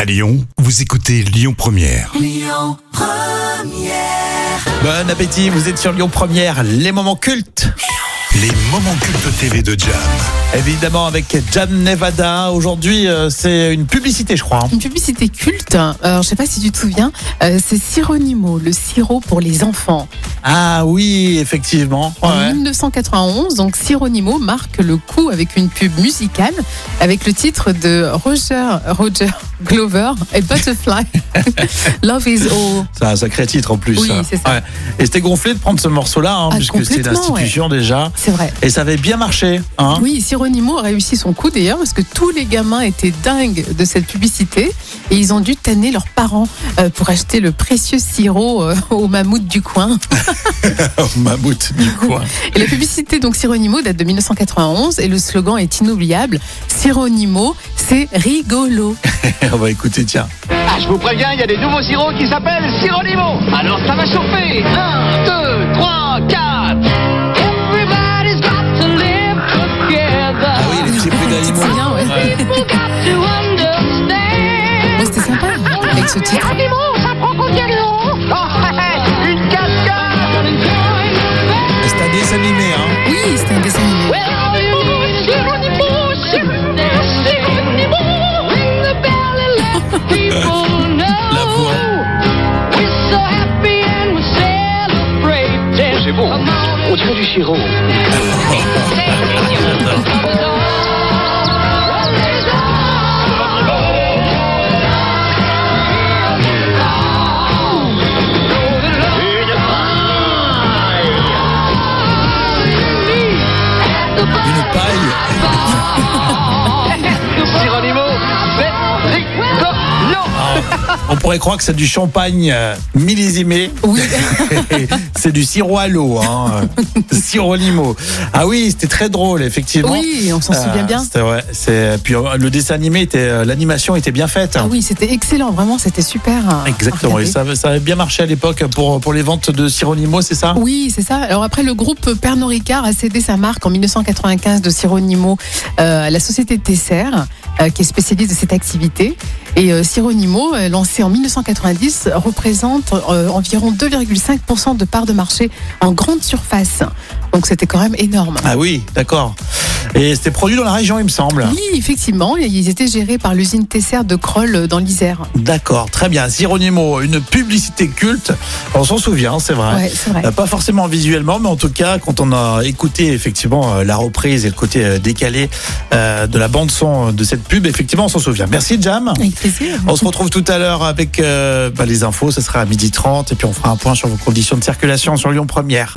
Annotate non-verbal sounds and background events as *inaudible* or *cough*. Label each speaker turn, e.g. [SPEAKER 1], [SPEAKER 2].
[SPEAKER 1] À Lyon, vous écoutez Lyon Première.
[SPEAKER 2] Bon appétit, vous êtes sur Lyon Première, les moments cultes.
[SPEAKER 1] Les moments cultes TV de Jam.
[SPEAKER 2] Évidemment avec Jam Nevada. Aujourd'hui, euh, c'est une publicité, je crois. hein.
[SPEAKER 3] Une publicité culte, euh, je sais pas si tu te souviens, euh, c'est Sironimo, le sirop pour les enfants.
[SPEAKER 2] Ah oui, effectivement. Ouais,
[SPEAKER 3] En
[SPEAKER 2] ouais.
[SPEAKER 3] 1991, donc Sironimo marque le coup avec une pub musicale avec le titre de Roger, Roger Glover
[SPEAKER 2] *laughs*
[SPEAKER 3] et Butterfly. Love is all.
[SPEAKER 2] C'est un sacré titre en plus.
[SPEAKER 3] Oui,
[SPEAKER 2] hein.
[SPEAKER 3] c'est ça.
[SPEAKER 2] Ouais. Et c'était gonflé de prendre ce morceau-là, hein,
[SPEAKER 3] Ah,
[SPEAKER 2] puisque c'est
[SPEAKER 3] complètement,
[SPEAKER 2] l'institution déjà.
[SPEAKER 3] C'est vrai.
[SPEAKER 2] Et ça avait bien marché. Hein.
[SPEAKER 3] Oui, Sironimo a réussi son coup d'ailleurs parce que tous les gamins étaient dingues de cette publicité et ils ont dû tanner leurs parents euh, pour acheter le précieux sirop euh, au mammouth du coin.
[SPEAKER 2] *laughs* Oh, Mammouth du hein. coin.
[SPEAKER 3] Et la publicité donc Sironimo date de 1991 et le slogan est inoubliable. Sironimo, c'est rigolo.
[SPEAKER 2] On va écouter, tiens.
[SPEAKER 4] Ah, je vous préviens, il y a des nouveaux sirops qui s'appellent Sironimo. Alors ça va chauffer. 1, 2, 3, 4. Everybody's got to live together.
[SPEAKER 2] Ah oui, les petits bruits
[SPEAKER 3] C'est
[SPEAKER 2] d'animaux.
[SPEAKER 3] bien, ouais.
[SPEAKER 4] People got to understand.
[SPEAKER 3] Ouais, C'était sympa hein, avec ce titre.
[SPEAKER 4] Sironimo, ça prend combien de noms Oh, *laughs* une cascade.
[SPEAKER 2] Et C'est un dessin animé. Hein.
[SPEAKER 3] Oui, c'était un dessin animé.
[SPEAKER 2] La voix.
[SPEAKER 4] C'est beau. On dirait du sirop.
[SPEAKER 2] Une paille.
[SPEAKER 4] Sironimo, faites rigolo.
[SPEAKER 2] Ah. On pourrait croire que c'est du champagne euh, millésimé.
[SPEAKER 3] Oui.
[SPEAKER 2] *laughs* c'est du sirop à l'eau,
[SPEAKER 3] *laughs*
[SPEAKER 2] hein. euh, sirop limo. Ah oui, c'était très drôle, effectivement.
[SPEAKER 3] Oui, on s'en
[SPEAKER 2] Euh,
[SPEAKER 3] souvient bien.
[SPEAKER 2] C'était vrai. C'est puis euh, le dessin animé était, euh, l'animation était bien faite.
[SPEAKER 3] Ah oui, Ah, c'était excellent, vraiment, c'était super. hein, à- à
[SPEAKER 2] Exactement. Et
[SPEAKER 3] regarder.
[SPEAKER 2] ça, ça avait bien marché à l'époque pour pour les ventes de sirop limo, c'est ça
[SPEAKER 3] Oui, c'est ça. Alors après, le groupe Pernod Ricard a cédé sa marque en 1995 de Sironimo euh, à la société Tesser, euh, qui est spécialiste de cette activité. Et euh, Sironimo, euh, lancé en 1990, représente euh, environ 2,5% de part de marché en grande surface. Donc c'était quand même énorme.
[SPEAKER 2] Ah oui, d'accord. Et c'était produit dans la région, il me semble.
[SPEAKER 3] Oui, effectivement, ils étaient gérés par l'usine Tesser de Kroll euh, dans l'Isère.
[SPEAKER 2] D'accord, très bien. Sironimo, une publicité culte. On s'en souvient, c'est vrai.
[SPEAKER 3] Ouais, c'est vrai.
[SPEAKER 2] Euh, Pas forcément visuellement, mais en tout cas, quand on a écouté effectivement euh, la reprise et le côté euh, décalé euh, de la bande son de cette pub, effectivement, on s'en souvient. Merci Jam.
[SPEAKER 3] Avec plaisir.
[SPEAKER 2] On se retrouve tout à l'heure avec euh, bah, les infos, ce sera à 12h30 et puis on fera un point sur vos conditions de circulation sur Lyon Première.